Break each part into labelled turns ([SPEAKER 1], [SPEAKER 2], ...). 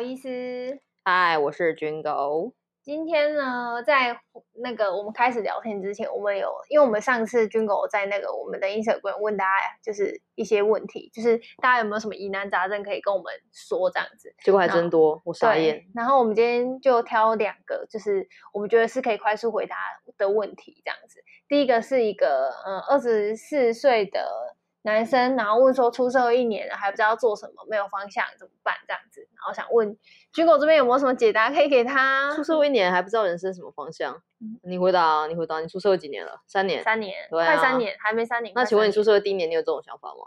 [SPEAKER 1] 医师。
[SPEAKER 2] 嗨，我是军狗。
[SPEAKER 1] 今天呢，在那个我们开始聊天之前，我们有，因为我们上次军狗在那个我们的 Instagram 问大家，就是一些问题，就是大家有没有什么疑难杂症可以跟我们说这样子。
[SPEAKER 2] 结果还
[SPEAKER 1] 然后
[SPEAKER 2] 真多，我傻眼
[SPEAKER 1] 啊对。，然后我们今天就挑两个，就是我们觉得是可以快速回答的问题，这样子。第一个是一个嗯二十四岁的男生，然后问说出社会一年了还不知道做什么，没有方向怎么办这样子，然后想问军狗这边有没有什么解答可以给他
[SPEAKER 2] 出？社会一年还不知道人生什么方向
[SPEAKER 1] 啊嗯，
[SPEAKER 2] 你回答啊，你回答，你出社会几年了？三年。
[SPEAKER 1] 三年，
[SPEAKER 2] 对
[SPEAKER 1] 快
[SPEAKER 2] 啊
[SPEAKER 1] 三年，还没三年。
[SPEAKER 2] 那
[SPEAKER 1] 快
[SPEAKER 2] 请问
[SPEAKER 1] 三
[SPEAKER 2] 你出
[SPEAKER 1] 年
[SPEAKER 2] 社会第一年，你有这种想法吗？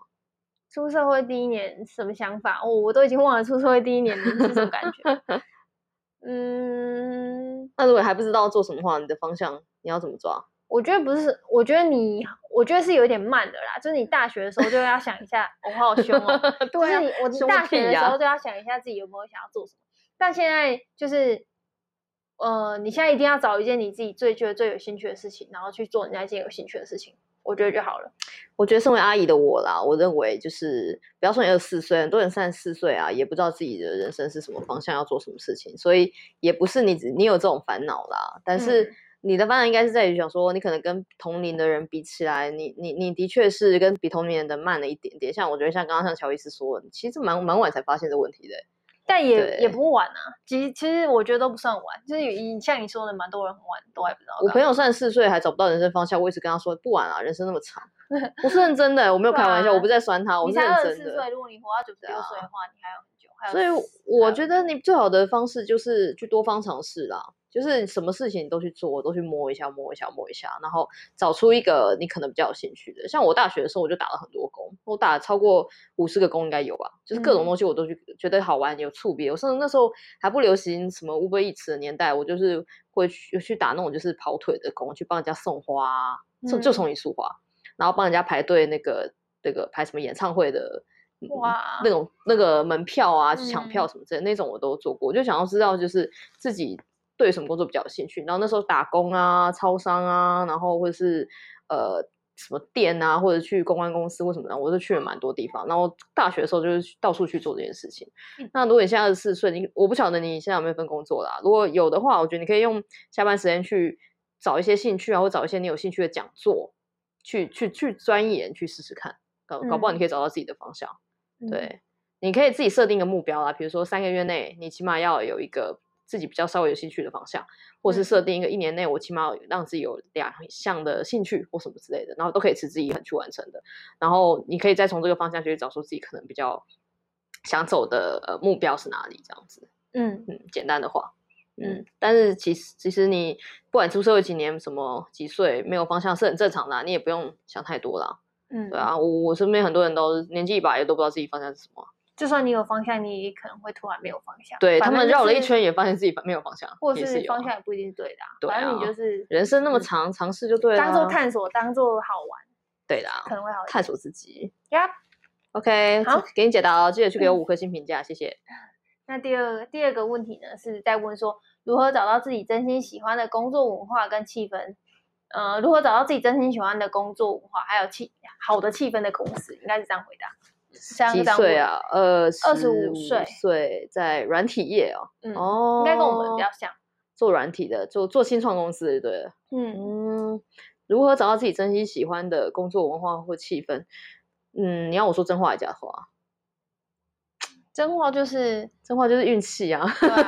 [SPEAKER 1] 出社会第一年什么想法？哦，我都已经忘了出社会第一年是什么感 觉。嗯，
[SPEAKER 2] 那如果你还不知道做什么的话，你的方向你要怎么抓？
[SPEAKER 1] 我觉得不是，我觉得你，我觉得是有点慢的啦。就是你大学的时候就要想一下， 我、好凶哦。
[SPEAKER 2] 对
[SPEAKER 1] 就是
[SPEAKER 2] 啊
[SPEAKER 1] 你我
[SPEAKER 2] 凶
[SPEAKER 1] 大
[SPEAKER 2] 个
[SPEAKER 1] 学
[SPEAKER 2] 屁
[SPEAKER 1] 的时
[SPEAKER 2] 呀
[SPEAKER 1] 候就要想一下自己有没有想要做什么。但现在就是，呃，你现在一定要找一件你自己最觉得最有兴趣的事情，然后去做人家一件有兴趣的事情，我觉得就好了。
[SPEAKER 2] 我觉得身为阿姨的我啦，我认为就是不要说你二十四岁，很多人三十四岁啊，也不知道自己的人生是什么方向，要做什么事情，所以也不是你只你有这种烦恼啦，但是。
[SPEAKER 1] 嗯
[SPEAKER 2] 你的烦恼应该是在于想说，你可能跟同龄的人比起来，你你你的确是跟比同龄人的慢了一点点。像我觉得像刚刚像乔伊斯说的，其实蛮蛮晚才发现这个问题的欸、
[SPEAKER 1] 但也
[SPEAKER 2] 对
[SPEAKER 1] 也不晚啊，其实其实我觉得都不算晚，就是有一像你说的，蛮多人很晚都还不知道干
[SPEAKER 2] 我
[SPEAKER 1] 嘛。
[SPEAKER 2] 朋友三十四岁还找不到人生方向，我一直跟他说不晚啊，人生那么长。我是认真的欸、我没有
[SPEAKER 1] 对啊
[SPEAKER 2] 开玩笑，我不是在酸他，我
[SPEAKER 1] 你
[SPEAKER 2] 是
[SPEAKER 1] 才
[SPEAKER 2] 认
[SPEAKER 1] 二十
[SPEAKER 2] 真的。
[SPEAKER 1] 四岁，如果你活到九十
[SPEAKER 2] 对
[SPEAKER 1] 六
[SPEAKER 2] 啊
[SPEAKER 1] 岁的话，你还有很久。还有
[SPEAKER 2] 所以
[SPEAKER 1] 四还
[SPEAKER 2] 我
[SPEAKER 1] 有
[SPEAKER 2] 觉得你最好的方式就是去多方尝试啦，就是你什么事情你都去做，都去摸一下、摸一下、摸一下，然后找出一个你可能比较有兴趣的。像我大学的时候，我就打了很多工，我打了超过五十个工应该有吧，就是各种
[SPEAKER 1] 嗯
[SPEAKER 2] 东西我都去觉得好玩、有触别。我甚至那时候还不流行什么 Uber Eats 的年代，我就是会去去打那种就是跑腿的工，去帮人家送花、啊，送就
[SPEAKER 1] 嗯
[SPEAKER 2] 送一束花，然后帮人家排队那个那个排什么演唱会的。嗯
[SPEAKER 1] 哇
[SPEAKER 2] 那种那个门票啊，去抢票
[SPEAKER 1] 嗯
[SPEAKER 2] 什么之类的那种我都做过，我就想要知道就是自己对什么工作比较有兴趣。然后那时候打工啊、超商啊，然后或者是呃什么店啊，或者去公关公司或什么的，我都去了蛮多地方。然后大学的时候就是去到处去做这件事情。那如果你现在二十四岁，你我不晓得你现在有没有份工作啦。如果有的话，我觉得你可以用下班时间去找一些兴趣啊，或找一些你有兴趣的讲座，去去去钻研，去试试看，搞搞不好你可以找到自己的方向。
[SPEAKER 1] 嗯
[SPEAKER 2] 对，你可以自己设定一个目标啦，比如说三个月内你起码要有一个自己比较稍微有兴趣的方向，或
[SPEAKER 1] 嗯
[SPEAKER 2] 是设定一个一年内我起码要让自己有两项的兴趣或什么之类的，然后都可以持之以恒去完成的。然后你可以再从这个方向去找出自己可能比较想走的呃目标是哪里，这样子。
[SPEAKER 1] 嗯，
[SPEAKER 2] 嗯，简单的话，
[SPEAKER 1] 嗯
[SPEAKER 2] 嗯，但是其实其实你不管出社会几年，什么几岁没有方向是很正常的啊、你也不用想太多啦。
[SPEAKER 1] 嗯，
[SPEAKER 2] 对啊，我我身边很多人都是年纪一把也都不知道自己方向是什么啊。
[SPEAKER 1] 就算你有方向，你也可能会突然没有方向。
[SPEAKER 2] 对
[SPEAKER 1] 反
[SPEAKER 2] 他
[SPEAKER 1] 正
[SPEAKER 2] 们
[SPEAKER 1] 就
[SPEAKER 2] 绕了一
[SPEAKER 1] 是，
[SPEAKER 2] 圈，也发现自己没有方向，
[SPEAKER 1] 或
[SPEAKER 2] 也
[SPEAKER 1] 者
[SPEAKER 2] 是
[SPEAKER 1] 是
[SPEAKER 2] 有啊
[SPEAKER 1] 方向也不一定对的、啊。
[SPEAKER 2] 对
[SPEAKER 1] 反正你
[SPEAKER 2] 啊
[SPEAKER 1] 就是
[SPEAKER 2] 人生那么
[SPEAKER 1] 嗯
[SPEAKER 2] 长，尝试就对了。
[SPEAKER 1] 当做探索，当做好玩，
[SPEAKER 2] 对的啊，
[SPEAKER 1] 可能会好一点。
[SPEAKER 2] 探索自己。
[SPEAKER 1] 呀
[SPEAKER 2] OK，
[SPEAKER 1] 好嗯
[SPEAKER 2] 给你解答哦，记得去给我五颗星评价，谢谢。
[SPEAKER 1] 那第二个第二个问题呢，是在问说如何找到自己真心喜欢的工作文化跟气氛。呃，如何找到自己真心喜欢的工作文化，还有气好的气氛的公司，应该是这样回答。是这样
[SPEAKER 2] 几
[SPEAKER 1] 这样
[SPEAKER 2] 岁
[SPEAKER 1] 问
[SPEAKER 2] 啊？？呃，
[SPEAKER 1] 25岁
[SPEAKER 2] 岁，在软体业哦。
[SPEAKER 1] 嗯，
[SPEAKER 2] 哦，
[SPEAKER 1] 应该跟我们比较像。
[SPEAKER 2] 做软体的，做做新创公司的，对了。
[SPEAKER 1] 嗯
[SPEAKER 2] 嗯，如何找到自己真心喜欢的工作文化或气氛？嗯，你要我说真话还是假话？啊
[SPEAKER 1] 真话 就是
[SPEAKER 2] 真话就是运气啊，
[SPEAKER 1] 对啊就是你的
[SPEAKER 2] 这个我哪有办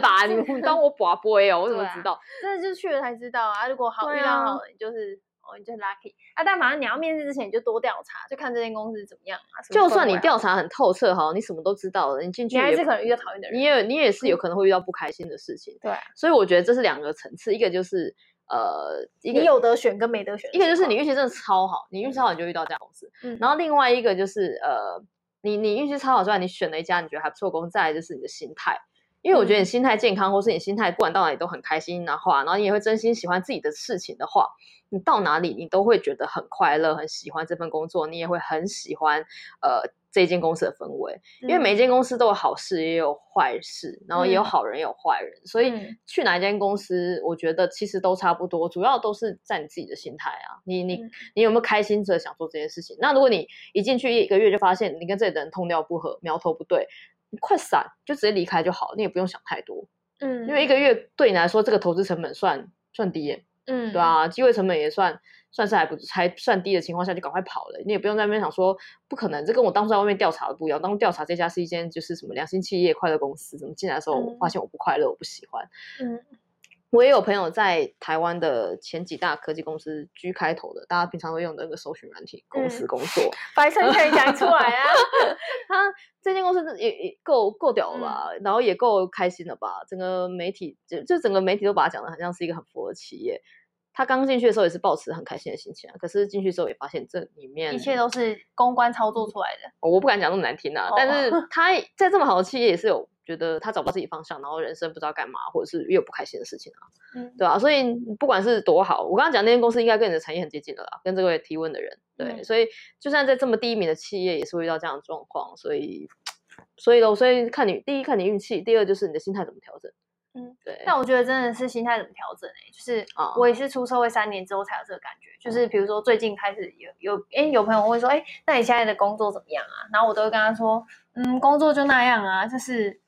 [SPEAKER 2] 法、啊？
[SPEAKER 1] 这
[SPEAKER 2] 你
[SPEAKER 1] 个
[SPEAKER 2] 们当我 寡播哦，我怎么
[SPEAKER 1] 对啊
[SPEAKER 2] 知道？
[SPEAKER 1] 真的就是去了才知道啊。如果好、
[SPEAKER 2] 对
[SPEAKER 1] 遇到
[SPEAKER 2] 啊
[SPEAKER 1] 好的，你就是哦，你就是 lucky 啊。但反正你要面试之前，你就多调查，就看这间公司怎么样啊。什么
[SPEAKER 2] 就
[SPEAKER 1] 氛
[SPEAKER 2] 算你
[SPEAKER 1] 围啊，
[SPEAKER 2] 调查很透彻，好，你什么都知道了，你进去
[SPEAKER 1] 你还
[SPEAKER 2] 也
[SPEAKER 1] 是可能遇到讨厌的人。
[SPEAKER 2] 你也你也是有可能会遇到不开心的事情，
[SPEAKER 1] 对啊，
[SPEAKER 2] 所以我觉得这是两个层次，一个就是呃，一个
[SPEAKER 1] 你有得选跟没得选的
[SPEAKER 2] 一
[SPEAKER 1] 情况，
[SPEAKER 2] 个就是你运气真的超好，你运气超好你就遇到这样的公司，
[SPEAKER 1] 嗯
[SPEAKER 2] 然后另外一个就是呃，你你运气超好之外，你选了一家你觉得还不错的公司，再来就是你的心态。因为我觉得你
[SPEAKER 1] 嗯
[SPEAKER 2] 心态健康，或是你心态不管到哪里都很开心的话，然后你也会真心喜欢自己的事情的话，你到哪里你都会觉得很快乐，很喜欢这份工作，你也会很喜欢呃这间公司的氛围。因为每间公司都有好事，也有坏事，然后也有
[SPEAKER 1] 嗯
[SPEAKER 2] 好人，也有坏人，所以
[SPEAKER 1] 嗯
[SPEAKER 2] 去哪一间公司，我觉得其实都差不多，主要都是在你自己的心态啊，你你
[SPEAKER 1] 嗯
[SPEAKER 2] 你有没有开心着想做这件事情？那如果你一进去一个月就发现你跟这里的人通调不合，苗头不对，你快闪，就直接离开就好，你也不用想太多，
[SPEAKER 1] 嗯，
[SPEAKER 2] 因为一个月对你来说，这个投资成本算算低耶、
[SPEAKER 1] 嗯，
[SPEAKER 2] 对，啊，机会成本也算算是还不还算低的情况下，就赶快跑了。你也不用在那边想说不可能，这跟我当初在外面调查的不一样。当初调查这家是一间就是什么良心企业、快乐公司，怎么进来的时候我发现我不快乐，我不喜欢。
[SPEAKER 1] 嗯
[SPEAKER 2] 我也有朋友在台湾的前几大科技公司 G 开头的，大家平常会用的那个搜寻软体公司
[SPEAKER 1] 嗯
[SPEAKER 2] 工作。
[SPEAKER 1] 白衬可以讲出来 啊，
[SPEAKER 2] 他这间公司也也够够屌了吧，
[SPEAKER 1] 嗯
[SPEAKER 2] 然后也够开心了吧？整个媒体就就整个媒体都把它讲的很像是一个很佛的企业。他刚进去的时候也是抱持很开心的心情啊，可是进去之后也发现这里面哦
[SPEAKER 1] 一切都是公关操作出来的，
[SPEAKER 2] 我不敢讲那么难听啊，
[SPEAKER 1] 哦
[SPEAKER 2] 但是他在这么好的企业也是有觉得他找不到自己方向，然后人生不知道干嘛，或者是越有不开心的事情啊，
[SPEAKER 1] 嗯，
[SPEAKER 2] 对啊，所以不管是多好，我刚刚讲那间公司应该跟你的产业很接近的啦，跟这位提问的人，对，
[SPEAKER 1] 嗯
[SPEAKER 2] 所以就算在这么低迷的企业，也是会遇到这样的状况，所以，所以咯，所以看你第一看你运气，第二就是你的心态怎么调整，
[SPEAKER 1] 嗯，
[SPEAKER 2] 对，
[SPEAKER 1] 但我觉得真的是心态怎么调整哎、就是
[SPEAKER 2] 啊
[SPEAKER 1] 我也是出社会三年之后才有这个感觉，就是比如说最近开始有有哎、有朋友会说哎、那你现在的工作怎么样啊？然后我都会跟他说嗯工作就那样啊，就是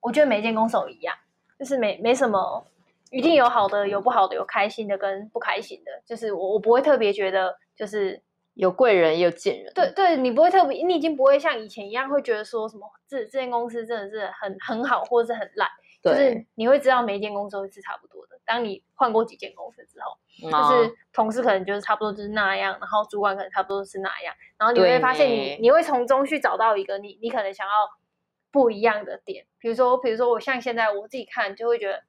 [SPEAKER 1] 我觉得每间公司都一样，就是没没什么，一定有好的有不好的，有开心的跟不开心的，就是我我不会特别觉得就是
[SPEAKER 2] 有贵人也有贱人，
[SPEAKER 1] 对对，你不会特别，你已经不会像以前一样会觉得说什么这这间公司真的是很很好或者是很烂，就
[SPEAKER 2] 对，
[SPEAKER 1] 是你会知道每一间公司都是差不多的。当你换过几间公司之后，
[SPEAKER 2] 嗯啊
[SPEAKER 1] 就是同事可能就是差不多就是那样，然后主管可能差不多是那样，然后你会
[SPEAKER 2] 对
[SPEAKER 1] 发现
[SPEAKER 2] 呢
[SPEAKER 1] 你你会从中去找到一个你你可能想要不一样的点，比如说比如说我像现在我自己看就会觉得，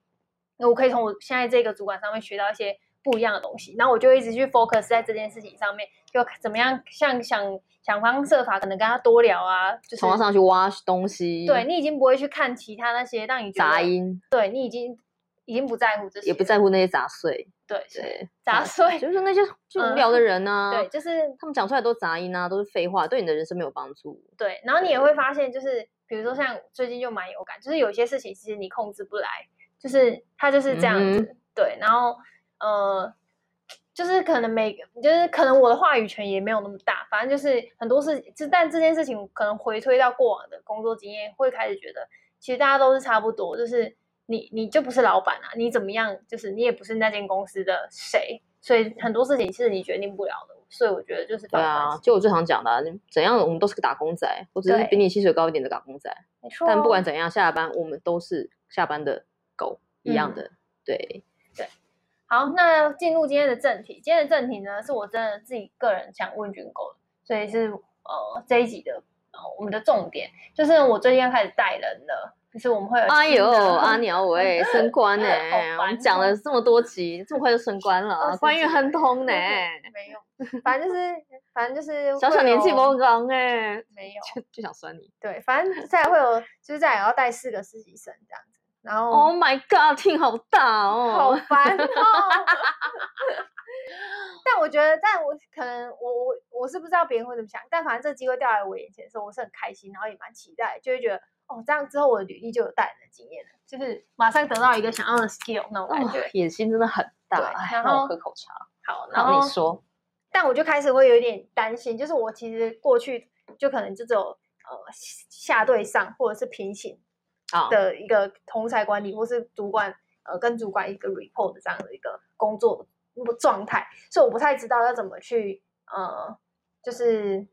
[SPEAKER 1] 那我可以从我现在这个主管上面学到一些不一样的东西，然后我就一直去 focus 在这件事情上面，就怎么样像想想方设法可能跟他多聊啊，就是
[SPEAKER 2] 从他上去挖东西，
[SPEAKER 1] 对你已经不会去看其他那些让你觉得
[SPEAKER 2] 杂音，
[SPEAKER 1] 对你已经已经不在乎这些了，
[SPEAKER 2] 也不在乎那些杂碎，
[SPEAKER 1] 对
[SPEAKER 2] 对，
[SPEAKER 1] 杂碎，
[SPEAKER 2] 就是那些就无聊的人
[SPEAKER 1] 嗯
[SPEAKER 2] 啊，
[SPEAKER 1] 对，就是
[SPEAKER 2] 他们讲出来都杂音啊，都是废话，对你的人生没有帮助。
[SPEAKER 1] 对，然后你也会发现，就是比如说像最近就蛮有感，就是有些事情其实你控制不来，就是它就是这样
[SPEAKER 2] 嗯
[SPEAKER 1] 子，对，然后呃，就是可能每就是可能我的话语权也没有那么大，反正就是很多事，就但这件事情可能回推到过往的工作经验，会开始觉得其实大家都是差不多，就是你你就不是老板啊，你怎么样，就是你也不是那间公司的谁，所以很多事情是你决定不了的，所以我觉得就是
[SPEAKER 2] 对
[SPEAKER 1] 放
[SPEAKER 2] 啊
[SPEAKER 1] 宽，心，
[SPEAKER 2] 就我最常讲的、啊，怎样我们都是个打工仔，我只是
[SPEAKER 1] 对
[SPEAKER 2] 比你薪水高一点的打工仔，
[SPEAKER 1] 没错
[SPEAKER 2] 但不管
[SPEAKER 1] 哦
[SPEAKER 2] 怎样，下了班我们都是下班的狗
[SPEAKER 1] 嗯
[SPEAKER 2] 一样的。对，
[SPEAKER 1] 好，那进入今天的正题。今天的正题呢，是我真的自己个人想问军购的，所以是呃这一集的呃我们的重点，就是我最近要开始带人了，就是我们会有
[SPEAKER 2] 哎
[SPEAKER 1] 新
[SPEAKER 2] 呦，
[SPEAKER 1] 的
[SPEAKER 2] 阿 鸟喂，升官呢、
[SPEAKER 1] 好烦哦
[SPEAKER 2] 我们讲了这么多集，这么快就升官了
[SPEAKER 1] 二
[SPEAKER 2] 啊，
[SPEAKER 1] 十
[SPEAKER 2] 官运
[SPEAKER 1] 几
[SPEAKER 2] 亨通呢、
[SPEAKER 1] 没有，反正就是反正就是
[SPEAKER 2] 小小
[SPEAKER 1] 会
[SPEAKER 2] 年纪
[SPEAKER 1] 有
[SPEAKER 2] 不高哎，
[SPEAKER 1] 没有，
[SPEAKER 2] 就就想酸你。
[SPEAKER 1] 对，反正再来会有就是再来也要带四个实习生这样子，然后
[SPEAKER 2] Oh my god，听好大
[SPEAKER 1] 好
[SPEAKER 2] 哦！
[SPEAKER 1] 烦 哦。但我觉得，但我可能我我我是不知道别人会怎么想，但反正这机会掉在我眼前的时候，我是很开心，然后也蛮期待，就会觉得哦，这样之后我的履历就有带人的经验了，就是马上得到一个想要的 skill 那种感
[SPEAKER 2] 哦
[SPEAKER 1] 觉。，
[SPEAKER 2] 野心真的很大
[SPEAKER 1] 哎对。
[SPEAKER 2] 哎
[SPEAKER 1] 然
[SPEAKER 2] 让我
[SPEAKER 1] 后
[SPEAKER 2] 喝口茶。
[SPEAKER 1] 哦好，然
[SPEAKER 2] 好，
[SPEAKER 1] 后
[SPEAKER 2] 你说，
[SPEAKER 1] 但我就开始会有一点担心，就是我其实过去就可能就只有呃下对上或者是平行
[SPEAKER 2] 啊，
[SPEAKER 1] 的一个同财管理，或是主管呃跟主管一个 report 的这样的一个工作状态，所以我不太知道要怎么去呃，就是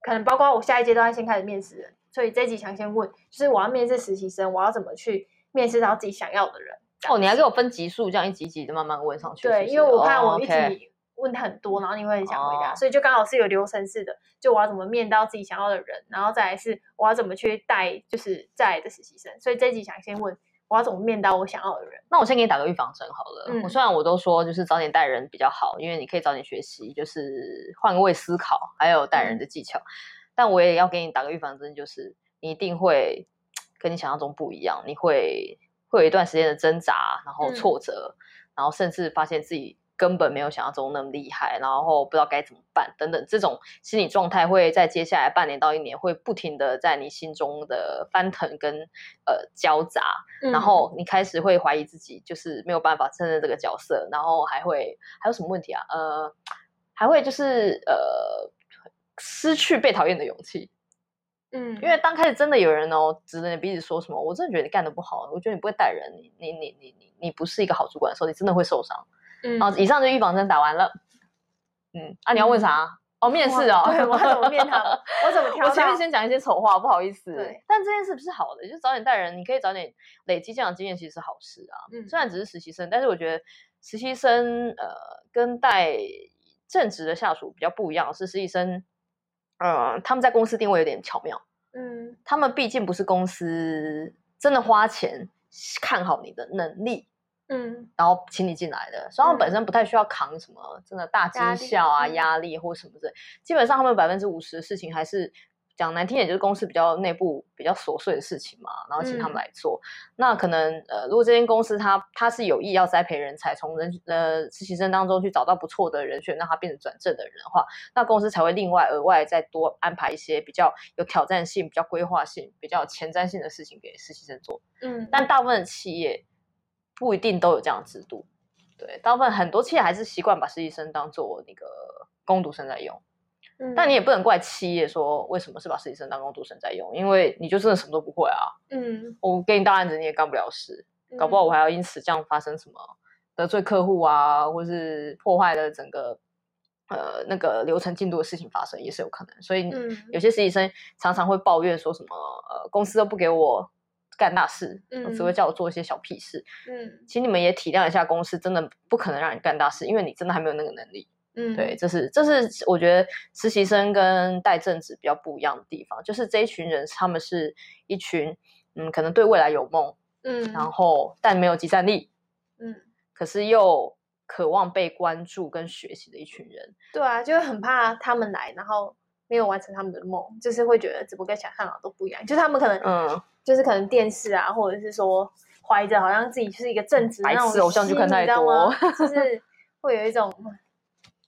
[SPEAKER 1] 可能包括我下一阶段要先开始面试人，所以这一集想先问，就是我要面试实习生，我要怎么去面试到自己想要的人？
[SPEAKER 2] 哦，你还给我分级数，这样一级一级的慢慢问上去。
[SPEAKER 1] 对，
[SPEAKER 2] 是不
[SPEAKER 1] 因为
[SPEAKER 2] 是
[SPEAKER 1] 我怕
[SPEAKER 2] 哦
[SPEAKER 1] 我一
[SPEAKER 2] OK
[SPEAKER 1] 题问很多，然后你会很想回答，
[SPEAKER 2] 哦
[SPEAKER 1] 所以就刚好是有流程式的，就我要怎么面到自己想要的人，然后再来是我要怎么去带，就是再来的实习生。所以这一集想先问我要怎么面到我想要的人。
[SPEAKER 2] 那我先给你打个预防针好了。
[SPEAKER 1] 嗯
[SPEAKER 2] 我虽然我都说就是早点带人比较好，因为你可以早点学习，就是换位思考，还有带
[SPEAKER 1] 嗯
[SPEAKER 2] 人的技巧。但我也要给你打个预防针，就是你一定会跟你想象中不一样，你会会有一段时间的挣扎，然后
[SPEAKER 1] 嗯
[SPEAKER 2] 挫折，然后甚至发现自己根本没有想象中那么厉害，然后不知道该怎么办等等，这种心理状态会在接下来半年到一年会不停的在你心中的翻腾跟呃交杂。
[SPEAKER 1] 嗯
[SPEAKER 2] 然后你开始会怀疑自己，就是没有办法胜任这个角色，然后还会还有什么问题啊？呃，还会就是呃，失去被讨厌的勇气。
[SPEAKER 1] 嗯，
[SPEAKER 2] 因为当开始真的有人哦指着你鼻子说什么，我真的觉得你干得不好，我觉得你不会带人，你你你你你你不是一个好主管的时候，你真的会受伤。
[SPEAKER 1] 嗯
[SPEAKER 2] 好，以上就预防针打完了。嗯，啊，你要问啥？哦，面试哦
[SPEAKER 1] 哇，对，我怎么 面他们？我怎么挑
[SPEAKER 2] 我前
[SPEAKER 1] 到
[SPEAKER 2] 面先讲一些丑话，不好意思。
[SPEAKER 1] 对，
[SPEAKER 2] 但这件事不是好的，就是早点带人，你可以早点累积这样的经验，其实是好事啊。
[SPEAKER 1] 嗯
[SPEAKER 2] 虽然只是实习生，但是我觉得实习生呃跟带正职的下属比较不一样，是实习生，呃，他们在公司定位有点巧妙，
[SPEAKER 1] 嗯
[SPEAKER 2] 他们毕竟不是公司真的花钱看好你的能力，
[SPEAKER 1] 嗯
[SPEAKER 2] 然后请你进来的，所以他们
[SPEAKER 1] 嗯
[SPEAKER 2] 本身不太需要扛什么真的大绩
[SPEAKER 1] 压力
[SPEAKER 2] 效啊、
[SPEAKER 1] 嗯
[SPEAKER 2] 压力或什么之类。基本上他们百分之五十的事情还是讲难听点，就是公司比较内部比较琐碎的事情嘛，然后请他们
[SPEAKER 1] 嗯
[SPEAKER 2] 来做。那可能呃，如果这间公司它它是有意要栽培人才，从人呃实习生当中去找到不错的人选，让他变成转正的人的话，那公司才会另外额外再多安排一些比较有挑战性、比较规划性、比较前瞻性的事情给实习生做。
[SPEAKER 1] 嗯，
[SPEAKER 2] 但大部分的企业不一定都有这样的制度，对，大部分很多企业还是习惯把实习生当做那个工读生在用。
[SPEAKER 1] 嗯
[SPEAKER 2] 但你也不能怪企业说为什么是把实习生当工读生在用，因为你就真的什么都不会啊。
[SPEAKER 1] 嗯，
[SPEAKER 2] 我给你大案子你也干不了事，搞不好我还要因此这样发生什么得罪客户啊，或是破坏了整个呃那个流程进度的事情发生也是有可能。所以你
[SPEAKER 1] 嗯
[SPEAKER 2] 有些实习生常常会抱怨说什么呃公司都不给我干大事，呃
[SPEAKER 1] 嗯
[SPEAKER 2] 只会叫我做一些小屁事。
[SPEAKER 1] 嗯
[SPEAKER 2] 请你们也体谅一下，公司真的不可能让你干大事，因为你真的还没有那个能力。
[SPEAKER 1] 嗯
[SPEAKER 2] 对，这是这是我觉得实习生跟带正职比较不一样的地方，就是这一群人他们是一群嗯，可能对未来有梦，
[SPEAKER 1] 嗯，
[SPEAKER 2] 然后但没有集战力，
[SPEAKER 1] 嗯
[SPEAKER 2] 可是又渴望被关注跟学习的一群人。
[SPEAKER 1] 对啊，就会很怕他们来，然后没有完成他们的梦，就是会觉得只不过跟想象的都不一样，就是他们可能
[SPEAKER 2] 嗯，
[SPEAKER 1] 就是可能电视啊，或者是说怀着好像自己就是一个正直
[SPEAKER 2] 白
[SPEAKER 1] 那种
[SPEAKER 2] 痴偶像剧
[SPEAKER 1] 心
[SPEAKER 2] 看
[SPEAKER 1] 你
[SPEAKER 2] 太
[SPEAKER 1] 知道
[SPEAKER 2] 多
[SPEAKER 1] 吗就是会有一种，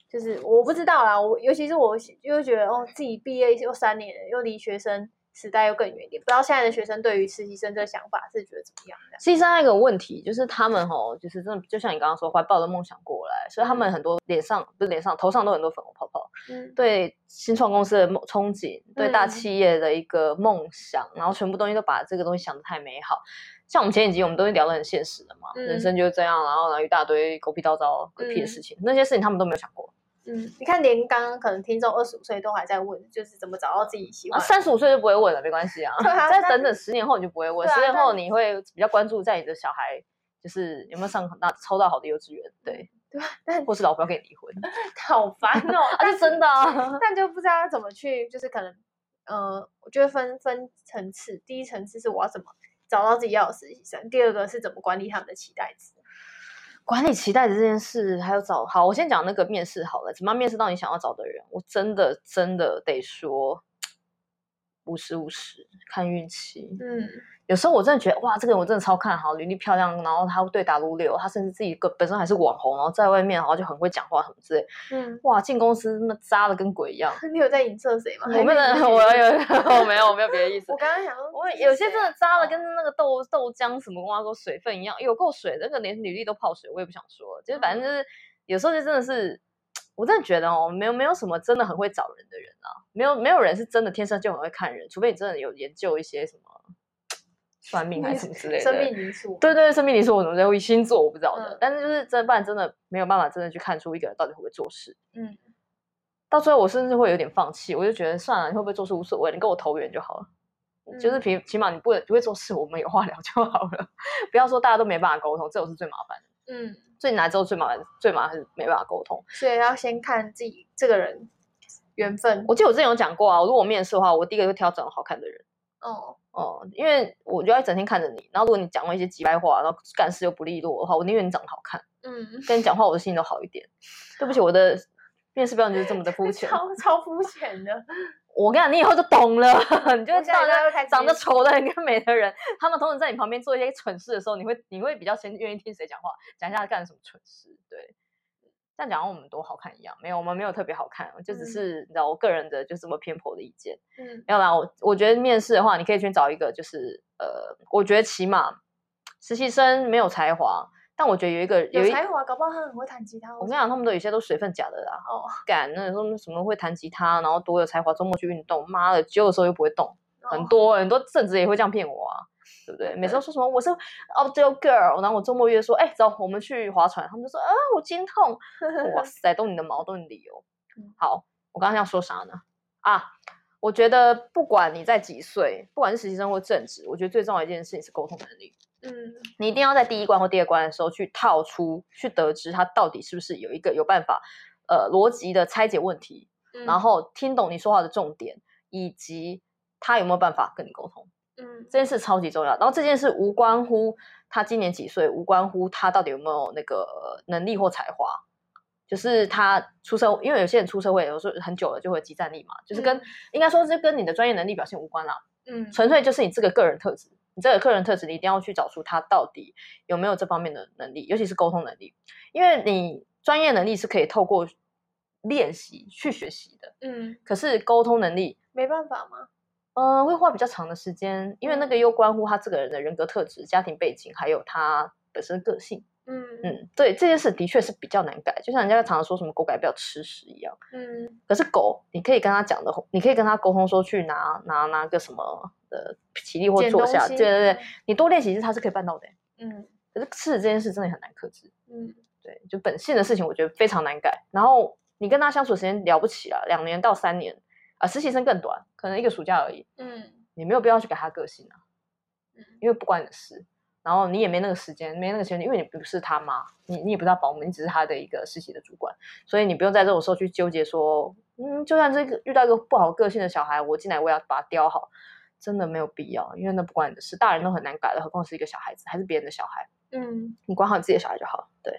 [SPEAKER 1] 就是我不知道啦，我尤其是我又觉得哦，自己毕业又三年了，又离学生时代又更远一点，不知道现在的学生对于实习生这个想法是觉得怎么样的？
[SPEAKER 2] 实习生还有一个问题就是他们哦，就是真的就像你刚刚说，怀抱着梦想过来，所以他们很多脸上不是脸上头上都很多粉红泡泡。
[SPEAKER 1] 嗯，
[SPEAKER 2] 对新创公司的梦憧憬，对大
[SPEAKER 1] 嗯
[SPEAKER 2] 企业的一个梦想，然后全部东西都把这个东西想得太美好。像我们前几集，我们都是聊得很现实的嘛，人
[SPEAKER 1] 嗯
[SPEAKER 2] 生就是这样，然后然后一大堆狗屁叨叨、狗屁的
[SPEAKER 1] 嗯
[SPEAKER 2] 事情，那些事情他们都没有想过。
[SPEAKER 1] 嗯，你看，连刚刚可能听众二十五岁都还在问，就是怎么找到自己喜
[SPEAKER 2] 啊，
[SPEAKER 1] 欢的。
[SPEAKER 2] 三十五岁就不会问了，没关系啊
[SPEAKER 1] 对啊，
[SPEAKER 2] 再
[SPEAKER 1] 但
[SPEAKER 2] 等等十年后你就不会问，
[SPEAKER 1] 对啊
[SPEAKER 2] 十年后
[SPEAKER 1] 但
[SPEAKER 2] 你会比较关注在你的小孩，就是有没有上那抽到好的幼稚园，嗯对，啊
[SPEAKER 1] 对吧？但
[SPEAKER 2] 或是老婆要跟你离婚，
[SPEAKER 1] 好烦 哦，
[SPEAKER 2] 啊，是真的啊。
[SPEAKER 1] 但就不知道要怎么去，就是可能，呃，我觉得分分层次，第一层次是我要怎么找到自己要的实习生，第二个是怎么管理他们的期待值。
[SPEAKER 2] 管理期待的这件事，还有找好，我先讲那个面试好了，怎么样面试到你想要找的人？我真的真的得说，五十五十看运气。
[SPEAKER 1] 嗯
[SPEAKER 2] 有时候我真的觉得哇，这个人我真的超看好，履历漂亮，然后他对答如流，他甚至自己个本身还是网红，然后在外面然后就很会讲话什么之类。
[SPEAKER 1] 嗯，
[SPEAKER 2] 哇，进公司那么渣的跟鬼一样。
[SPEAKER 1] 你有在影射谁吗？
[SPEAKER 2] 我
[SPEAKER 1] 哦还
[SPEAKER 2] 没
[SPEAKER 1] 是你自
[SPEAKER 2] 有，
[SPEAKER 1] 己
[SPEAKER 2] 我
[SPEAKER 1] 觉得
[SPEAKER 2] 有，我没有，我没有别的意思
[SPEAKER 1] 我。刚刚想说，
[SPEAKER 2] 我
[SPEAKER 1] 这是
[SPEAKER 2] 有些
[SPEAKER 1] 谁
[SPEAKER 2] 真
[SPEAKER 1] 啊
[SPEAKER 2] 的渣的，跟那个豆豆浆什么瓜说水分一样，有够水，那个连履历都泡水，我也不想说。就是反
[SPEAKER 1] 嗯
[SPEAKER 2] 正就是有时候就真的是，我真的觉得哦，没有没有什么真的很会找人的人啊，没有没有人是真的天生就很会看人，除非你真的有研究一些什么算命还是什么之类的。
[SPEAKER 1] 生命因素。
[SPEAKER 2] 对对，生命你说我怎么在会星座我不知道的，
[SPEAKER 1] 嗯
[SPEAKER 2] 但是就是真的不然真的没有办法真的去看出一个人到底会不会做事。
[SPEAKER 1] 嗯，
[SPEAKER 2] 到最后我甚至会有点放弃，我就觉得算了，你会不会做事无所谓，你跟我投缘就好了。就
[SPEAKER 1] 嗯
[SPEAKER 2] 是起起码你不不会做事，我们有话聊就好了， 不要说大家都没办法沟通，这种是最麻烦的。
[SPEAKER 1] 嗯，
[SPEAKER 2] 所以你来之后最麻烦，最麻烦是没办法沟通。
[SPEAKER 1] 所以要先看自己这个人缘分。
[SPEAKER 2] 我记得我之前有讲过啊，如果我面试的话，我第一个就挑长得好看的人
[SPEAKER 1] 哦，
[SPEAKER 2] 哦、因为我就要整天看着你，然后如果你讲了一些几白话，然后干事又不利落的话，我宁愿你长得好看，
[SPEAKER 1] 嗯，
[SPEAKER 2] 跟你讲话我的心情都好一点。对不起，我的面试标准就是这么的肤浅。
[SPEAKER 1] 超超肤浅的。
[SPEAKER 2] 我跟你讲，你以后就懂了， 你就会
[SPEAKER 1] 我
[SPEAKER 2] 知
[SPEAKER 1] 现在
[SPEAKER 2] 道
[SPEAKER 1] 应该会
[SPEAKER 2] 那
[SPEAKER 1] 开始
[SPEAKER 2] 长得
[SPEAKER 1] 面试
[SPEAKER 2] 丑的人跟美的人，他们通常在你旁边做一些蠢事的时候，你会你会比较先愿意听谁讲话，讲一下他干了什么蠢事。对，这样讲好像我们多好看一样，没有，我们没有特别好看，就只
[SPEAKER 1] 嗯
[SPEAKER 2] 是、你知道我个人的就这么偏颇的意见。
[SPEAKER 1] 嗯
[SPEAKER 2] 没有啦，我我觉得面试的话，你可以去找一个就是呃，我觉得起码实习生没有才华，但我觉得有一个
[SPEAKER 1] 有
[SPEAKER 2] 一
[SPEAKER 1] 才华，搞不好他很会弹吉他。
[SPEAKER 2] 我跟你讲，他们都有些都水分假的啦。
[SPEAKER 1] 哦，
[SPEAKER 2] 干，那什么什么会弹吉他，然后多有才华，周末去运动，妈的，揪的时候又不会动，
[SPEAKER 1] 哦
[SPEAKER 2] 很多很多正职也会这样骗我啊，对不对？每次都说什么我是 outdoor girl，然后我周末约说，哎，走，我们去划船，他们就说啊，我肩痛，哇塞，都你的毛，都你的理由
[SPEAKER 1] 嗯。
[SPEAKER 2] 好，我刚刚要说啥呢？啊，我觉得不管你在几岁，不管是实习生或正职，我觉得最重要的一件事情是沟通能力。
[SPEAKER 1] 嗯
[SPEAKER 2] 你一定要在第一关或第二关的时候去套出，去得知他到底是不是有一个有办法，呃，逻辑的拆解问题，
[SPEAKER 1] 嗯，
[SPEAKER 2] 然后听懂你说话的重点，以及他有没有办法跟你沟通，
[SPEAKER 1] 嗯
[SPEAKER 2] 这件事超级重要。然后这件事无关乎他今年几岁，无关乎他到底有没有那个呃能力或才华，就是他出社，因为有些人出社会有时候很久了就会有即战力嘛，就是跟、
[SPEAKER 1] 嗯
[SPEAKER 2] 应该说是跟你的专业能力表现无关啦，
[SPEAKER 1] 嗯
[SPEAKER 2] 纯粹就是你这个个人特质，你这个个人特质，你一定要去找出他到底有没有这方面的能力，尤其是沟通能力，因为你专业能力是可以透过练习去学习的，
[SPEAKER 1] 嗯，
[SPEAKER 2] 可是沟通能力，
[SPEAKER 1] 没办法吗？
[SPEAKER 2] 呃，会花比较长的时间，因为那个又关乎他这个人的人格特质、家庭背景，还有他本身个性。
[SPEAKER 1] 嗯
[SPEAKER 2] 嗯，对，这件事的确是比较难改，就像人家常常说什么“狗改不了吃屎”一样。
[SPEAKER 1] 嗯
[SPEAKER 2] 可是狗，你可以跟他讲的，你可以跟他沟通说去拿拿拿个什么呃起立或
[SPEAKER 1] 捡
[SPEAKER 2] 坐
[SPEAKER 1] 东
[SPEAKER 2] 下，
[SPEAKER 1] 西
[SPEAKER 2] 对对对，你多练习是它是可以办到的欸。
[SPEAKER 1] 嗯
[SPEAKER 2] 可是吃这件事真的很难克制，
[SPEAKER 1] 嗯
[SPEAKER 2] 对，就本性的事情我觉得非常难改。然后你跟他相处的时间了不起了，两年到三年啊、实习生更短，可能一个暑假而已，
[SPEAKER 1] 嗯
[SPEAKER 2] 你没有必要去改他个性啊，
[SPEAKER 1] 嗯
[SPEAKER 2] 因为不关你的事。然后你也没那个时间，没那个钱，因为你不是他妈，你你也不是他保姆，你只是他的一个实习的主管，所以你不用在这种时候去纠结说，嗯，就算这个遇到一个不好个性的小孩，我进来我也要把他雕好，真的没有必要，因为那不关你的事，大人都很难改了，何况是一个小孩子，还是别人的小孩。
[SPEAKER 1] 嗯
[SPEAKER 2] 你管好你自己的小孩就好了。对，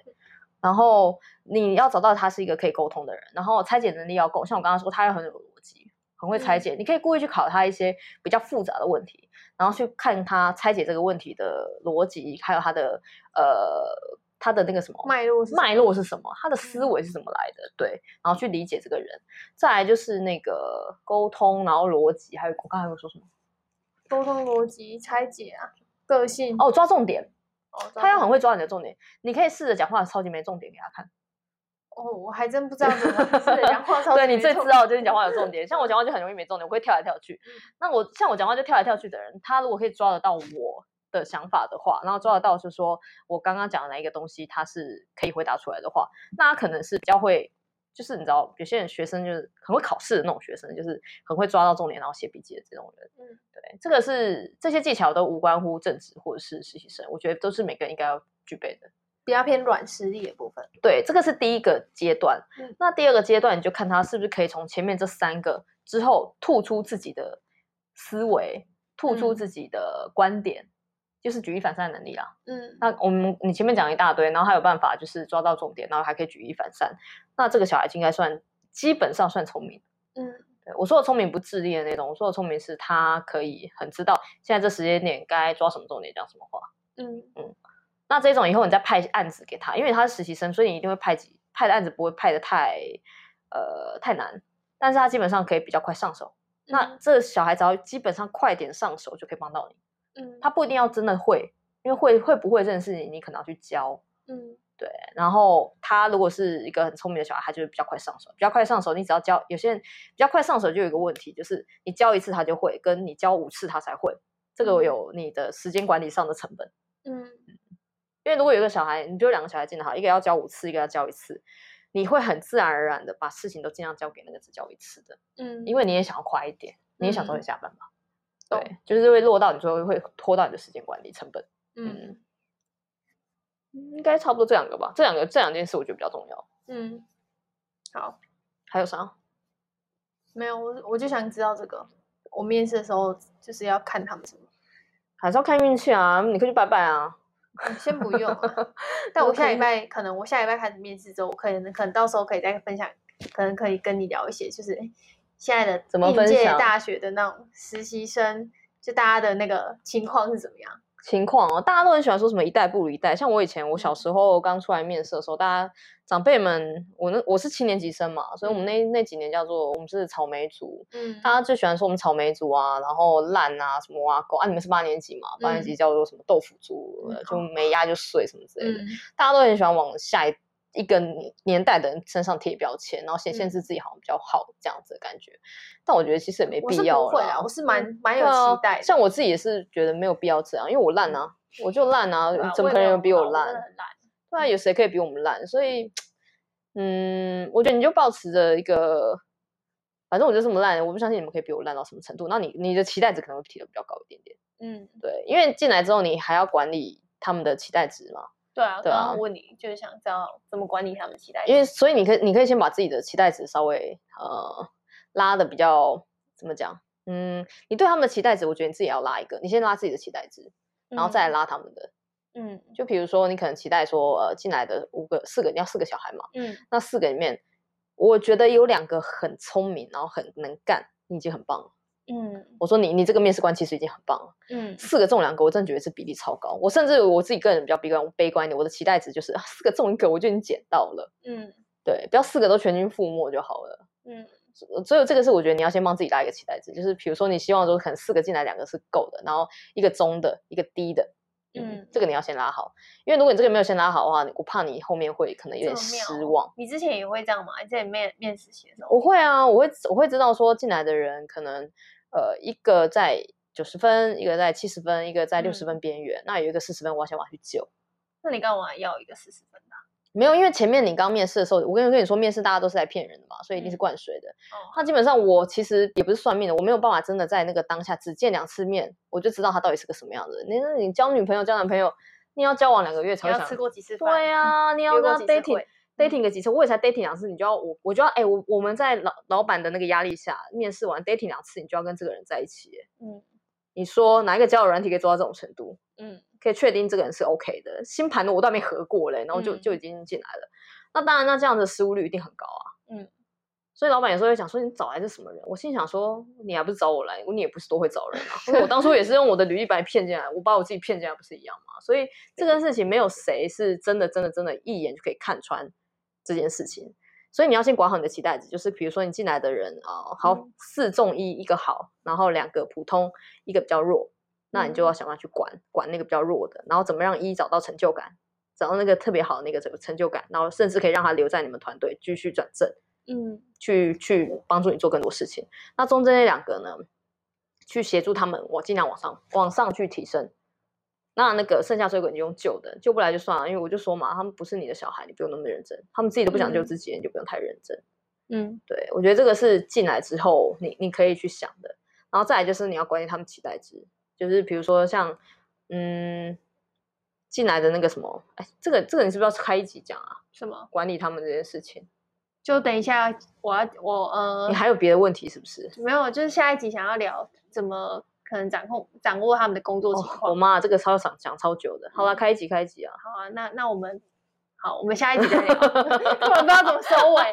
[SPEAKER 2] 然后你要找到他是一个可以沟通的人，然后拆解能力要够。像我刚刚说，他要很有逻辑，很会拆解。你可以故意去考他一些比较复杂的问题，然后去看他拆解这个问题的逻辑，还有他的呃他的那个什么
[SPEAKER 1] 脉络是
[SPEAKER 2] 脉嗯络是什么，他的思维是怎么来的，对，然后去理解这个人。再来就是那个沟通，然后逻辑，还有我刚才有说什么？
[SPEAKER 1] 沟通逻辑拆解啊，个性
[SPEAKER 2] 哦，抓重点，
[SPEAKER 1] 哦
[SPEAKER 2] 他要很
[SPEAKER 1] 会
[SPEAKER 2] 会抓你的重点。你可以试着讲话超级没重点给他看。
[SPEAKER 1] 哦，我还真不知道怎么是的讲 话超
[SPEAKER 2] 对
[SPEAKER 1] 级
[SPEAKER 2] 你
[SPEAKER 1] 没
[SPEAKER 2] 最
[SPEAKER 1] 重
[SPEAKER 2] 知道
[SPEAKER 1] 点嗯
[SPEAKER 2] 就是你讲话有重点，像我讲话就很容易没重点，我会跳来跳去。那我像我讲话就跳来跳去的人，他如果可以抓得到我的想法的话，然后抓得到就是说我刚刚讲的哪一个东西，他是可以回答出来的话，那他可能是比较会，就是你知道有些人学生就是很会考试的那种学生，就是很会抓到重点，然后写笔记的这种人。
[SPEAKER 1] 嗯，
[SPEAKER 2] 对，这个是这些技巧都无关乎正职或者是实习生，我觉得都是每个人应该要具备的。
[SPEAKER 1] 比较偏软实力的部分。
[SPEAKER 2] 对，这个是第一个阶段。
[SPEAKER 1] 嗯
[SPEAKER 2] 那第二个阶段，你就看他是不是可以从前面这三个之后吐出自己的思维，吐出
[SPEAKER 1] 嗯
[SPEAKER 2] 自己的观点，就是举一反三的能力啦。
[SPEAKER 1] 嗯
[SPEAKER 2] 那我们你前面讲一大堆，然后还有办法就是抓到重点，然后还可以举一反三。那这个小孩子应该算基本上算聪明。
[SPEAKER 1] 嗯
[SPEAKER 2] 对我说的聪明不智力的那种，我说的聪明是他可以很知道现在这时间点该抓什么重点，讲什么话。
[SPEAKER 1] 嗯
[SPEAKER 2] 那这种以后你再派案子给他，因为他是实习生，所以你一定会派几派的案子不会派的太呃太难，但是他基本上可以比较快上手。
[SPEAKER 1] 嗯
[SPEAKER 2] 那这小孩只要基本上快点上手就可以帮到你，
[SPEAKER 1] 嗯
[SPEAKER 2] 他不一定要真的会，因为会会不会这件事情你可能要去教。
[SPEAKER 1] 嗯
[SPEAKER 2] 然后他如果是一个很聪明的小孩，他就是比较快上手，比较快上手。你只要教，有些人比较快上手就有一个问题，就是你教一次他就会，跟你教五次他才会，这个
[SPEAKER 1] 嗯
[SPEAKER 2] 有你的时间管理上的成本。
[SPEAKER 1] 嗯
[SPEAKER 2] 因为如果有一个小孩，你就两个小孩进来好，一个要教五次，一个要教一次，你会很自然而然的把事情都尽量交给那个只教一次的，
[SPEAKER 1] 嗯，
[SPEAKER 2] 因
[SPEAKER 1] 为
[SPEAKER 2] 为你也想要快一点，你也想早点下班嘛。
[SPEAKER 1] 懂
[SPEAKER 2] 对，就是会落到你最后会拖到你的时间管理成本，
[SPEAKER 1] 嗯
[SPEAKER 2] 嗯应该差不多这两个吧。这两个这两件事我觉得比较重要。
[SPEAKER 1] 嗯好，
[SPEAKER 2] 还有啥？
[SPEAKER 1] 没有我我就想知道这个，我面试的时候就是要看他们什么，
[SPEAKER 2] 还是要看运气啊，你可以去拜拜啊。
[SPEAKER 1] 嗯先不用啊、 但我
[SPEAKER 2] 我可
[SPEAKER 1] 下礼
[SPEAKER 2] 以
[SPEAKER 1] 拜可能我下礼拜开始面试之后，我可能可能到时候可以再分享，可能可以跟你聊一些，就是诶现在的
[SPEAKER 2] 怎么
[SPEAKER 1] 应
[SPEAKER 2] 分
[SPEAKER 1] 届
[SPEAKER 2] 享
[SPEAKER 1] 大学的那种实习生，就大家的那个情况是怎么样？
[SPEAKER 2] 情况哦，大家都很喜欢说什么一代不如一代。像我以前，我小时候刚出来面试的时候，大家长辈们，我那我是七年级生嘛，所以我们那那几年叫做我们是草莓族，
[SPEAKER 1] 嗯
[SPEAKER 2] 大家最喜欢说我们草莓族啊，然后烂啊，什么挖沟啊，你们是八年级嘛？八年级叫做什么豆腐族，
[SPEAKER 1] 嗯
[SPEAKER 2] 呃就没压就碎什么之类的，
[SPEAKER 1] 嗯
[SPEAKER 2] 大家都很喜欢往下一一个年代的人身上贴标签，然后
[SPEAKER 1] 嗯
[SPEAKER 2] 先限制自己好像比较好这样子的感觉。但我觉得其实也没
[SPEAKER 1] 我
[SPEAKER 2] 必
[SPEAKER 1] 是不
[SPEAKER 2] 要
[SPEAKER 1] 会
[SPEAKER 2] 啦
[SPEAKER 1] 啊，我是蛮蛮
[SPEAKER 2] 对
[SPEAKER 1] 有
[SPEAKER 2] 啊
[SPEAKER 1] 期待的。
[SPEAKER 2] 像我自己也是觉得没有必要这样，因为我烂啊，我就烂啊
[SPEAKER 1] 对啊，
[SPEAKER 2] 怎么
[SPEAKER 1] 也
[SPEAKER 2] 可
[SPEAKER 1] 没
[SPEAKER 2] 能有
[SPEAKER 1] 有
[SPEAKER 2] 人比我
[SPEAKER 1] 很好真的
[SPEAKER 2] 烂？
[SPEAKER 1] 很烂。
[SPEAKER 2] 对啊，有谁可以比我们烂？所以，嗯，我觉得你就保持着一个，反正我就这么烂，我不相信你们可以比我烂到什么程度。那你你的期待值可能会提的比较高一点点。
[SPEAKER 1] 嗯，
[SPEAKER 2] 对，因为进来之后你还要管理他们的期待值嘛，
[SPEAKER 1] 对啊，
[SPEAKER 2] 对
[SPEAKER 1] 刚
[SPEAKER 2] 啊
[SPEAKER 1] 刚问你就是想知道怎么管理他们期待值，
[SPEAKER 2] 因为所以你可以你可以先把自己的期待值稍微呃拉的比较怎么讲？嗯，你对他们的期待值，我觉得你自己也要拉一个，你先拉自己的期待值，然后再来拉他们的。
[SPEAKER 1] 嗯嗯
[SPEAKER 2] 就比如说，你可能期待说，呃，进来的五个、四个，你要四个小孩嘛？
[SPEAKER 1] 嗯
[SPEAKER 2] 那四个里面，我觉得有两个很聪明，然后很能干，你已经很棒了。
[SPEAKER 1] 嗯
[SPEAKER 2] 我说你，你这个面试官其实已经很棒了。
[SPEAKER 1] 嗯
[SPEAKER 2] 四个中两个，我真的觉得是比例超高。我甚至我自己个人比较悲观，悲观一点，我的期待值就是、啊四个中一个，我就已经捡到了。
[SPEAKER 1] 嗯
[SPEAKER 2] 对，不要四个都全军覆没就好了。
[SPEAKER 1] 嗯
[SPEAKER 2] 所所以这个是我觉得你要先帮自己拉一个期待值，就是比如说你希望说可能四个进来两个是够的，然后一个中的，一个低的，
[SPEAKER 1] 嗯
[SPEAKER 2] 这个你要先拉好，因为如果你这个没有先拉好的话，我怕你后面会可能有
[SPEAKER 1] 这
[SPEAKER 2] 点
[SPEAKER 1] 么妙
[SPEAKER 2] 失
[SPEAKER 1] 哦
[SPEAKER 2] 望。
[SPEAKER 1] 你之前也会这样吗？你之前面面试写的时候，
[SPEAKER 2] 我会啊，我会我会知道说进来的人可能呃一个在九十分，一个在七十分，一个在六
[SPEAKER 1] 嗯
[SPEAKER 2] 十分边缘，那有一个四十分，我要先往下去救。
[SPEAKER 1] 那你干嘛要一个四十分的啊？
[SPEAKER 2] 没有，因为前面你刚面试的时候，我跟跟你说，面试大家都是来骗人的嘛，所以一定是
[SPEAKER 1] 嗯
[SPEAKER 2] 灌水的。
[SPEAKER 1] 哦
[SPEAKER 2] 那基本上我其实也不是算命的，我没有办法真的在那个当下只见两次面，我就知道他到底是个什么样的人。你那你交女朋友交男朋友，你要交往两个月才
[SPEAKER 1] 你要
[SPEAKER 2] 会想
[SPEAKER 1] 吃过几次饭？
[SPEAKER 2] 对呀、你要
[SPEAKER 1] 约
[SPEAKER 2] 跟
[SPEAKER 1] 过几
[SPEAKER 2] 他
[SPEAKER 1] 次
[SPEAKER 2] dating
[SPEAKER 1] 会
[SPEAKER 2] dating 个几次，我也才 dating 两次，你就要我我就要哎、我我们在老老板的那个压力下，面试完 dating 两次，你就要跟这个人在一起耶。
[SPEAKER 1] 嗯
[SPEAKER 2] 你说哪一个交友软体可以做到这种程度？
[SPEAKER 1] 嗯
[SPEAKER 2] 可以确定这个人是 OK 的，新盘的我都还没合过嘞，然后就、就已经进来了。那当然，那这样的失误率一定很高啊。
[SPEAKER 1] 嗯，
[SPEAKER 2] 所以老板有时候会讲说你找来是什么人？我心想说你还不是找我来，你也不是都会找人啊。因为我当初也是用我的履历把你骗进来，我把我自己骗进来不是一样吗？所以这件事情没有谁是真的真的真的一眼就可以看穿这件事情。所以你要先管好你的期待值，就是比如说你进来的人啊、呃好
[SPEAKER 1] 嗯
[SPEAKER 2] 四中一，一个好，然后两个普通，一个比较弱，那你就要想办法去管管那个比较弱的，然后怎么让一找到成就感，找到那个特别好的那个成成就感，然后甚至可以让他留在你们团队继续转正。
[SPEAKER 1] 嗯
[SPEAKER 2] 去去帮助你做更多事情。那中间那两个呢，去协助他们，我尽量往上往上去提升。那那个剩下水果你用救的，救不来就算了，因为我就说嘛，他们不是你的小孩，你不用那么认真，他们自己都不想救
[SPEAKER 1] 嗯
[SPEAKER 2] 自己，你就不用太认真。
[SPEAKER 1] 嗯
[SPEAKER 2] 对我觉得这个是进来之后你你可以去想的，然后再来就是你要管理他们期待值，就是比如说像嗯进来的那个什么，哎，这个这个你是不是要开一集讲啊？
[SPEAKER 1] 什么？
[SPEAKER 2] 管理他们这件事情，
[SPEAKER 1] 就等一下，我要我呃
[SPEAKER 2] 你还有别的问题是不是？
[SPEAKER 1] 没有，就是下一集想要聊怎么可能掌控掌握他们的工作情
[SPEAKER 2] 哦我
[SPEAKER 1] 况。
[SPEAKER 2] 妈这个超想讲超久的。好了，
[SPEAKER 1] 嗯
[SPEAKER 2] 开一集开一集啊！
[SPEAKER 1] 好啊，那那我们好，我们下一集再 聊，突然不知道怎么收 尾。
[SPEAKER 2] 哎、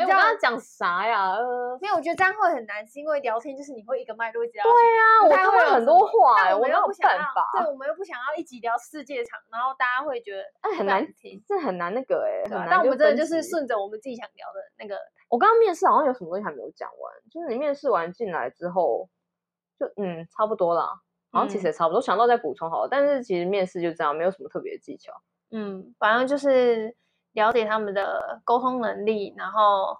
[SPEAKER 1] 你
[SPEAKER 2] 我
[SPEAKER 1] 知道
[SPEAKER 2] 刚刚讲啥呀？呃，
[SPEAKER 1] 没有，我觉得这样会很难，是因为聊天就是你会一个脉络一直聊下去。
[SPEAKER 2] 对呀、
[SPEAKER 1] 不
[SPEAKER 2] 我
[SPEAKER 1] 太
[SPEAKER 2] 他
[SPEAKER 1] 会有
[SPEAKER 2] 妈很
[SPEAKER 1] 什
[SPEAKER 2] 多
[SPEAKER 1] 么
[SPEAKER 2] 话、
[SPEAKER 1] 但
[SPEAKER 2] 哎，
[SPEAKER 1] 欸我
[SPEAKER 2] 我
[SPEAKER 1] 们
[SPEAKER 2] 哪
[SPEAKER 1] 又
[SPEAKER 2] 有
[SPEAKER 1] 不想
[SPEAKER 2] 办
[SPEAKER 1] 要，对，
[SPEAKER 2] 法？
[SPEAKER 1] 我们又不想要一集聊世界场，然后大家会觉得
[SPEAKER 2] 哎很
[SPEAKER 1] 不
[SPEAKER 2] 难
[SPEAKER 1] 敢听。
[SPEAKER 2] 这很难那个哎、
[SPEAKER 1] 对
[SPEAKER 2] 很
[SPEAKER 1] 啊
[SPEAKER 2] 难。
[SPEAKER 1] 但我们真的就是
[SPEAKER 2] 是，
[SPEAKER 1] 顺着我们自己想聊的那个，
[SPEAKER 2] 我刚刚面试好像有什么东西还没有讲完，就是你面试完进来之后，就嗯差不多啦，好像其实
[SPEAKER 1] 嗯
[SPEAKER 2] 也差不多，想到再补充好了。但是其实面试就这样，没有什么特别的技巧。
[SPEAKER 1] 嗯，反正就是了解他们的沟通能力，然后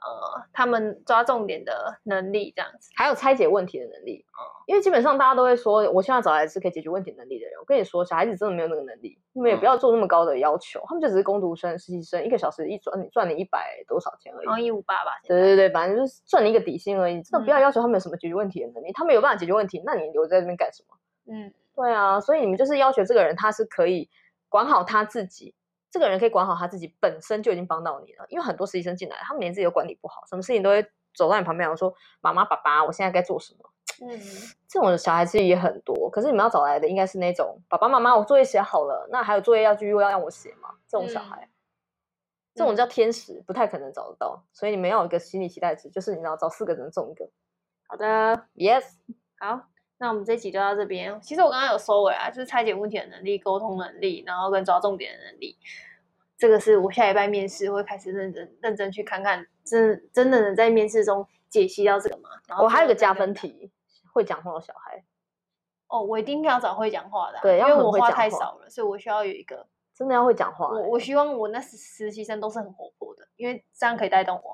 [SPEAKER 1] 呃，他们抓重点的能力这样子。
[SPEAKER 2] 还有拆解问题的能力。因为基本上大家都会说，我希望找来是可以解决问题能力的人。我跟你说，小孩子真的没有那个能力，你们也不要做那么高的要求，他们就只是工读生、实习生，一个小时一赚你赚你一百多少钱而
[SPEAKER 1] 然后哦
[SPEAKER 2] 已。
[SPEAKER 1] 一五八吧，现
[SPEAKER 2] 对
[SPEAKER 1] 在
[SPEAKER 2] 对对，反正就是赚你一个底薪而已，真的不要
[SPEAKER 1] 嗯
[SPEAKER 2] 要求他们有什么解决问题的能力。他们有办法解决问题，那你留在这边干什么？
[SPEAKER 1] 嗯
[SPEAKER 2] 对啊，所以你们就是要求这个人他是可以管好他自己，这个人可以管好他自己，本身就已经帮到你了。因为很多实习生进来，他们连自己都管理不好，什么事情都会走到你旁边，然后说：“妈妈、爸爸，我现在该做什么？”
[SPEAKER 1] 嗯
[SPEAKER 2] 这种小孩其实也很多，可是你们要找来的应该是那种爸爸妈妈，我作业写好了，那还有作业要继续要让我写吗？这种小孩，
[SPEAKER 1] 嗯
[SPEAKER 2] 这种叫天使，不太可能找得到，所以你们要有一个心理期待值，就是你要找四个人中一个。
[SPEAKER 1] 好的，
[SPEAKER 2] Yes，
[SPEAKER 1] 好，那我们这集就到这边。其实我刚刚有收尾啊，就是拆解问题的能力、沟通能力，然后跟抓重点的能力。这个是我下礼拜面试会开始认真认真去看看，真真的能在面试中解析到这个吗？然后
[SPEAKER 2] 我还有一个
[SPEAKER 1] 真的
[SPEAKER 2] 加
[SPEAKER 1] 能
[SPEAKER 2] 分题，会讲话的小孩，
[SPEAKER 1] 哦，我一定要找会讲话的啊、
[SPEAKER 2] 对
[SPEAKER 1] 因
[SPEAKER 2] 要
[SPEAKER 1] 为
[SPEAKER 2] 很
[SPEAKER 1] 我
[SPEAKER 2] 会
[SPEAKER 1] 话
[SPEAKER 2] 讲
[SPEAKER 1] 太
[SPEAKER 2] 话
[SPEAKER 1] 少了，所以我需要有一个
[SPEAKER 2] 真的要会讲话
[SPEAKER 1] 我
[SPEAKER 2] 欸，
[SPEAKER 1] 我希望我那实实习生都是很活泼的，因为这样可以带动我。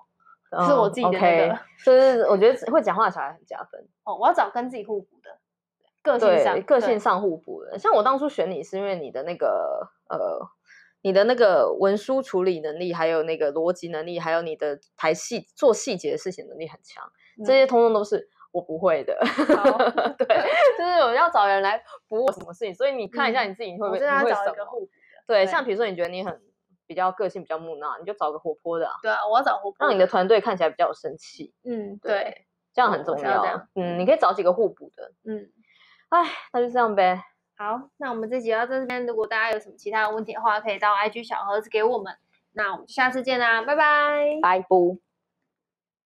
[SPEAKER 2] 嗯
[SPEAKER 1] 是我自己的那
[SPEAKER 2] OK，
[SPEAKER 1] 个
[SPEAKER 2] 就是我觉得会讲话的小孩很加分，
[SPEAKER 1] 哦，我要找跟自己互补的，个性
[SPEAKER 2] 对
[SPEAKER 1] 上，
[SPEAKER 2] 个
[SPEAKER 1] 对
[SPEAKER 2] 性上互补的。像我当初选你是因为你的那个呃，你的那个文书处理能力，还有那个逻辑能力，还有你的排细做细节的事情能力很强，
[SPEAKER 1] 嗯
[SPEAKER 2] 这些通通都是。我不会的，
[SPEAKER 1] 好
[SPEAKER 2] 对，就是我要找人来补我什么事情，所以你看一下
[SPEAKER 1] 嗯
[SPEAKER 2] 你自己会不
[SPEAKER 1] 我
[SPEAKER 2] 会，
[SPEAKER 1] 真的
[SPEAKER 2] 你
[SPEAKER 1] 要
[SPEAKER 2] 会
[SPEAKER 1] 找
[SPEAKER 2] 什
[SPEAKER 1] 一个
[SPEAKER 2] 么
[SPEAKER 1] 互补的。
[SPEAKER 2] 对，
[SPEAKER 1] 对
[SPEAKER 2] 像比如说你觉得你很比较个性比较木讷，你就找个活泼的、啊，
[SPEAKER 1] 对啊，我要找活泼，
[SPEAKER 2] 让你的团队看起来比较有生气，
[SPEAKER 1] 嗯对
[SPEAKER 2] 这样很
[SPEAKER 1] 我
[SPEAKER 2] 重
[SPEAKER 1] 是要这样
[SPEAKER 2] 要。嗯，你可以找几个互补的。
[SPEAKER 1] 嗯。
[SPEAKER 2] 哎，那就这样呗。
[SPEAKER 1] 好，那我们这集到这边，如果大家有什么其他的问题的话，可以到 IG 小盒子给我们。那我们下次见啦，拜拜。
[SPEAKER 2] 拜拜。